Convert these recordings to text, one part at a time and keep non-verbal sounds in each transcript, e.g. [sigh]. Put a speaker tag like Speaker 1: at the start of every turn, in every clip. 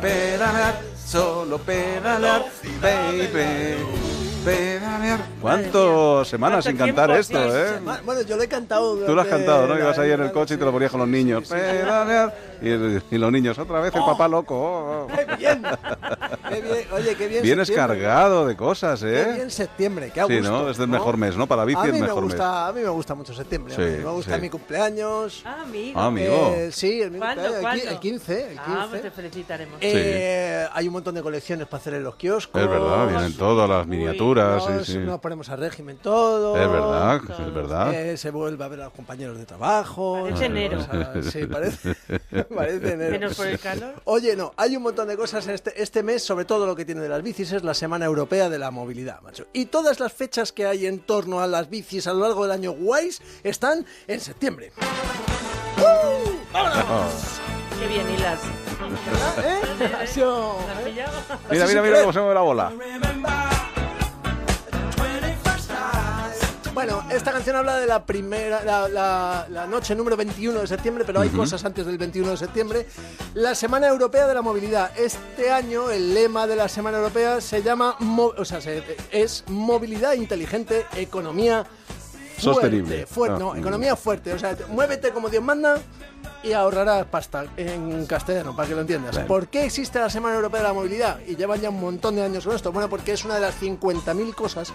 Speaker 1: Pedalear, solo pedalear, baby. Pedalear. ¿Cuántas semanas sin cantar esto, eh?
Speaker 2: Bueno, yo lo he cantado.
Speaker 1: Tú lo has
Speaker 2: durante
Speaker 1: cantado, ¿no?
Speaker 2: la-
Speaker 1: Ibas ahí en el coche y te lo ponías con los niños. Pedalear. Y, y los niños, otra vez el papá loco. oh, oh.
Speaker 2: ¡Qué bien! Qué bien. Oye, qué bien.
Speaker 1: Vienes
Speaker 2: septiembre.
Speaker 1: cargado de cosas,
Speaker 2: Qué
Speaker 1: ¿eh?
Speaker 2: bien septiembre, qué a
Speaker 1: Sí,
Speaker 2: gusto,
Speaker 1: ¿no? Es el mejor mes, ¿no? Para bici
Speaker 2: a
Speaker 1: es
Speaker 2: mí me
Speaker 1: mejor mes.
Speaker 2: gusta, A mí me gusta mucho septiembre. a mí
Speaker 1: Sí,
Speaker 2: me gusta
Speaker 1: sí.
Speaker 2: mi cumpleaños.
Speaker 3: Ah, amigo.
Speaker 1: Ah, amigo.
Speaker 2: Eh, sí, el, mi
Speaker 3: ¿Cuándo,
Speaker 2: cumpleaños, el qui-
Speaker 3: cuándo?
Speaker 2: el 15. El 15.
Speaker 3: Ah, pues te felicitaremos.
Speaker 2: Eh, Hay un montón de colecciones para hacer en los kioscos.
Speaker 1: Es verdad, vienen todas las
Speaker 3: Uy,
Speaker 1: miniaturas.
Speaker 2: Nos,
Speaker 1: sí, sí.
Speaker 2: nos ponemos a régimen todo.
Speaker 1: Es verdad, es verdad.
Speaker 2: Eh, se vuelve a ver a los compañeros de trabajo.
Speaker 3: Parece enero.
Speaker 2: Ah, Sí, parece, [laughs] parece enero.
Speaker 3: Menos por el calor.
Speaker 2: Oye, no, hay un montón de cosas en este, este mes, sobre todo lo que tiene de las bicis, es la Semana Europea de la Movilidad, macho. Y todas las fechas que hay en torno a las bicis a lo largo del año guays están en septiembre.
Speaker 3: Qué bien hilas.
Speaker 1: [laughs]
Speaker 2: ¿Eh? Ha sido-
Speaker 3: ¿Lo has pillado?
Speaker 1: Mira, mira, mira cómo se mueve la bola.
Speaker 2: Bueno, esta canción habla de la primera, la, la- la noche número 21 de septiembre, pero hay cosas antes del 21 de septiembre. La Semana Europea de la Movilidad. Este año el lema de la Semana Europea se llama, mo- o sea, se- es movilidad inteligente, economía fuerte,
Speaker 1: Sostenible.
Speaker 2: fuerte, no,
Speaker 1: Ah.
Speaker 2: economía fuerte. O sea, muévete como Dios manda. Y ahorrarás pasta en castellano, para que lo entiendas.
Speaker 1: Claro.
Speaker 2: ¿Por qué existe la Semana Europea de la Movilidad? Y llevan ya un montón de años con esto. Bueno, porque es una de las 50.000 cosas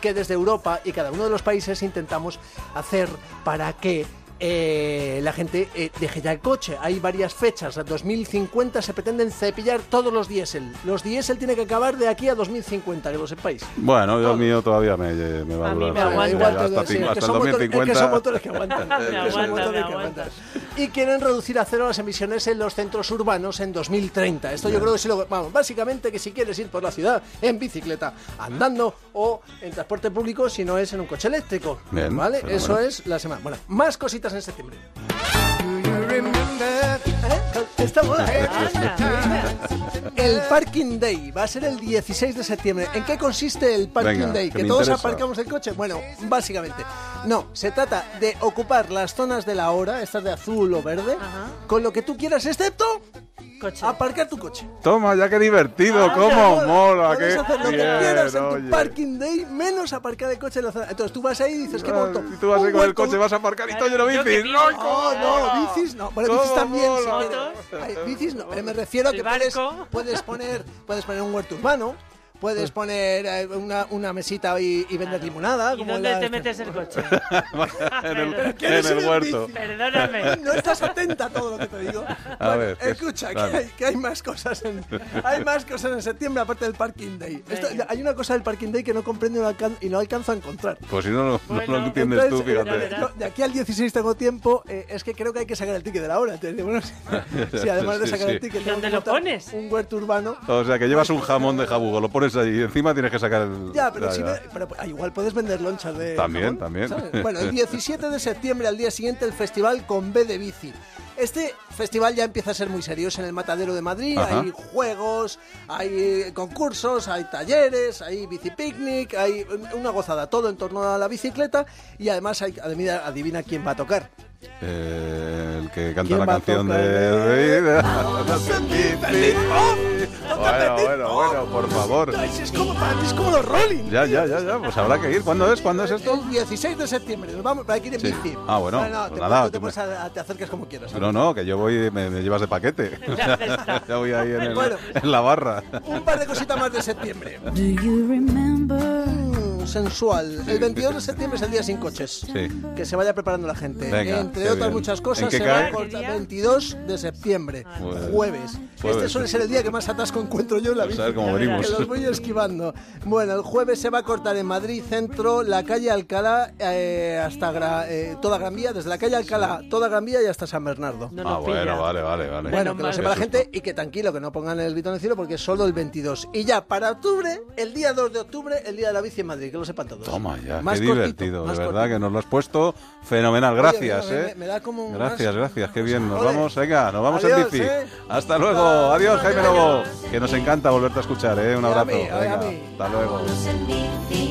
Speaker 2: que desde Europa y cada uno de los países intentamos hacer para que eh, la gente eh, deje ya el coche. Hay varias fechas. A 2050 se pretenden cepillar todos los diésel. Los diésel tienen que acabar de aquí a 2050, que lo sepáis.
Speaker 1: Bueno, yo mío todavía me, eh, me va
Speaker 3: A
Speaker 1: a
Speaker 3: mí
Speaker 1: durar.
Speaker 3: me aguanta.
Speaker 1: sí,
Speaker 3: Igual
Speaker 1: hasta
Speaker 2: todo, sí,
Speaker 1: cinco-
Speaker 2: es que
Speaker 1: hasta el
Speaker 2: son motores- es que
Speaker 1: 2050.
Speaker 2: son motores que
Speaker 1: [laughs]
Speaker 2: aguantan.
Speaker 3: Me
Speaker 2: es que son
Speaker 3: aguanta,
Speaker 2: motores
Speaker 3: me
Speaker 2: que
Speaker 3: aguanta.
Speaker 2: aguantan. Y quieren reducir a cero las emisiones en los centros urbanos en 2030. Esto yo creo que sí lo... Vamos, básicamente que si quieres ir por la ciudad en bicicleta, andando o en transporte público si no es en un coche eléctrico.
Speaker 1: Bien,
Speaker 2: ¿Vale?
Speaker 1: fenómeno.
Speaker 2: Eso es la semana. Bueno, más cositas en septiembre. ¿Eh? Está
Speaker 1: [laughs]
Speaker 2: mola, ¿eh?
Speaker 3: Anda,
Speaker 2: El Parking Day va a ser el 16 de septiembre. ¿En qué consiste el Parking
Speaker 1: Venga,
Speaker 2: Day?
Speaker 1: que
Speaker 2: Que
Speaker 1: me
Speaker 2: todos
Speaker 1: interesa.
Speaker 2: aparcamos el coche. Bueno, básicamente. No, se trata de ocupar las zonas de la hora, estas de azul o verde,
Speaker 3: Ajá.
Speaker 2: con lo que tú quieras, excepto
Speaker 3: Coche.
Speaker 2: aparcar tu coche.
Speaker 1: Toma, ya qué
Speaker 2: Ah,
Speaker 1: divertido, cómo mola,
Speaker 2: Puedes
Speaker 1: qué
Speaker 2: hacer lo que
Speaker 1: bien,
Speaker 2: quieras en tu
Speaker 1: oye.
Speaker 2: Parking Day, menos aparcar el coche en la zona. Entonces tú vas ahí y dices, qué
Speaker 1: Ah,
Speaker 2: bonito.
Speaker 1: Y tú vas ahí
Speaker 2: Un
Speaker 1: con el
Speaker 2: huerto,
Speaker 1: coche,
Speaker 2: un-
Speaker 1: vas a aparcar y todo lleno de
Speaker 3: Yo que
Speaker 1: bicis.
Speaker 3: vivo-
Speaker 1: ¡Ay, cómo
Speaker 2: Oh, no,
Speaker 1: mola!
Speaker 2: bicis no. Bueno,
Speaker 1: ¿Cómo
Speaker 2: bicis también. se
Speaker 1: mola?
Speaker 2: puede. Ay, bicis no. eh, Me refiero a
Speaker 3: El
Speaker 2: que puedes,
Speaker 3: barco. Ah.
Speaker 2: puedes poner, puedes poner un huerto urbano, puedes poner eh, una, una mesita y, y vender limonada.
Speaker 3: ¿Y
Speaker 2: como
Speaker 3: dónde
Speaker 2: la- este.
Speaker 3: te metes el
Speaker 2: [laughs]
Speaker 3: coche?
Speaker 1: [laughs] en el,
Speaker 2: ¿Quieres
Speaker 1: en
Speaker 2: ir
Speaker 1: el
Speaker 2: en
Speaker 1: huerto.
Speaker 2: bici?
Speaker 3: Perdóname.
Speaker 2: No estás atenta a todo lo que te
Speaker 3: [laughs]
Speaker 2: digo.
Speaker 1: A
Speaker 2: Bueno,
Speaker 1: ver, pues,
Speaker 2: escucha, que
Speaker 1: dale.
Speaker 2: hay, que hay más cosas en hay más cosas en septiembre aparte del Parking Day. Esto-
Speaker 3: Venga.
Speaker 2: hay una cosa del Parking Day que no comprendo y no alcan- y no alcanzo a encontrar.
Speaker 1: Pues si no, no, no
Speaker 3: Bueno,
Speaker 1: lo entiendes tú,
Speaker 2: Entonces,
Speaker 3: ya
Speaker 1: fíjate.
Speaker 3: verás.
Speaker 2: yo de aquí al 16 tengo tiempo. eh, es que creo que hay que sacar el ticket de la hora. Entonces, bueno,
Speaker 1: [laughs]
Speaker 2: si, si además de
Speaker 1: Sí,
Speaker 2: sacar
Speaker 1: sí.
Speaker 2: el ticket,
Speaker 3: ¿Y
Speaker 2: tengo
Speaker 3: dónde
Speaker 2: que
Speaker 3: lo
Speaker 2: montar
Speaker 3: pones?
Speaker 2: Un huerto urbano.
Speaker 1: O sea, que llevas un jamón de jabugo, lo pones ahí y encima tienes que sacar el... ¿eh?
Speaker 2: Ya, pero, si
Speaker 1: ya.
Speaker 2: me- pero, ah, igual puedes vender lonchas de.
Speaker 1: También,
Speaker 2: jamón,
Speaker 1: también.
Speaker 2: ¿sabes? Bueno, el 17 de septiembre, al día siguiente, el festival con B de bici. Este festival ya empieza a ser muy serio. Es en el Matadero de Madrid.
Speaker 1: Ajá.
Speaker 2: Hay juegos, hay eh, concursos, hay talleres, hay bici picnic, hay eh, una gozada. Todo en torno a la bicicleta. Y además, hay, adivina, adivina quién va a tocar.
Speaker 1: Eh, el que canta
Speaker 2: ¿Quién
Speaker 1: la
Speaker 2: va a
Speaker 1: canción de...
Speaker 2: tocar?
Speaker 1: [laughs]
Speaker 2: ¡Oh!
Speaker 1: bueno, bueno, bueno, por favor.
Speaker 2: Ay, si Es como, para- es como los Rolling.
Speaker 1: Ya, ya, ya, ya, pues habrá que ir. ¿Cuándo es? ¿Cuándo es esto?
Speaker 2: El 16 de septiembre, nos vamos, hay que ir en
Speaker 1: Sí.
Speaker 2: bici.
Speaker 1: Ah, bueno,
Speaker 2: te,
Speaker 1: pues nada,
Speaker 2: tú te,
Speaker 1: tú me-
Speaker 2: pones a- a- te acercas como quieras.
Speaker 1: No, no, que yo voy, me, me llevas
Speaker 2: [laughs]
Speaker 1: de paquete.
Speaker 3: Ya está.
Speaker 1: [laughs] ya voy ahí en, el-
Speaker 2: Bueno.
Speaker 1: en la barra.
Speaker 2: Un par de cositas más de septiembre.
Speaker 4: Do you remember?
Speaker 2: Mm, sensual. El 22 de septiembre es el día sin coches.
Speaker 1: Sí.
Speaker 2: Que se vaya preparando la gente.
Speaker 1: Venga,
Speaker 2: Entre
Speaker 1: qué
Speaker 2: otras
Speaker 1: bien.
Speaker 2: muchas
Speaker 1: ¿En
Speaker 2: cosas,
Speaker 1: qué
Speaker 2: se va a
Speaker 1: cae? Ah,
Speaker 2: cortar
Speaker 3: ¿Qué día?
Speaker 2: 22 de septiembre,
Speaker 1: Bueno.
Speaker 2: jueves. Este
Speaker 1: Jueves.
Speaker 2: suele ser el día que más atasco encuentro yo en la
Speaker 1: Pues
Speaker 2: bici.
Speaker 1: a ver cómo venimos.
Speaker 2: Que los voy esquivando. Bueno, el jueves se va a cortar en Madrid Centro, la calle Alcalá eh, hasta Gra- eh, toda Gran Vía, desde la calle Alcalá, toda Gran Vía y hasta San Bernardo.
Speaker 3: No
Speaker 1: ah,
Speaker 3: nos pilla.
Speaker 1: bueno, vale, vale, vale.
Speaker 3: Menos
Speaker 2: Bueno, que lo
Speaker 3: mal.
Speaker 2: sepa la
Speaker 1: Qué susto.
Speaker 2: gente y que tranquilo, que no pongan el grito en el cielo porque es solo el 22. Y ya, para octubre, el día 2 de octubre, el día de la bici en Madrid, que lo sepan todos.
Speaker 1: Toma ya,
Speaker 2: Más
Speaker 1: qué
Speaker 2: cortito,
Speaker 1: divertido,
Speaker 2: más
Speaker 1: de verdad
Speaker 2: cortito.
Speaker 1: que nos lo has puesto fenomenal, gracias,
Speaker 2: Oye, me-
Speaker 1: eh.
Speaker 2: me- me da como un
Speaker 1: gracias,
Speaker 2: más-
Speaker 1: gracias, qué bien, nos
Speaker 2: Ole.
Speaker 1: vamos, venga, nos vamos en
Speaker 2: Adiós,
Speaker 1: bici.
Speaker 2: eh.
Speaker 1: Hasta luego, adiós Jaime Lobo, que nos encanta volverte a escuchar, eh, un
Speaker 2: Y a
Speaker 1: abrazo.
Speaker 2: mí, a mí, a
Speaker 1: venga,
Speaker 2: mí.
Speaker 1: hasta luego.
Speaker 4: en bici.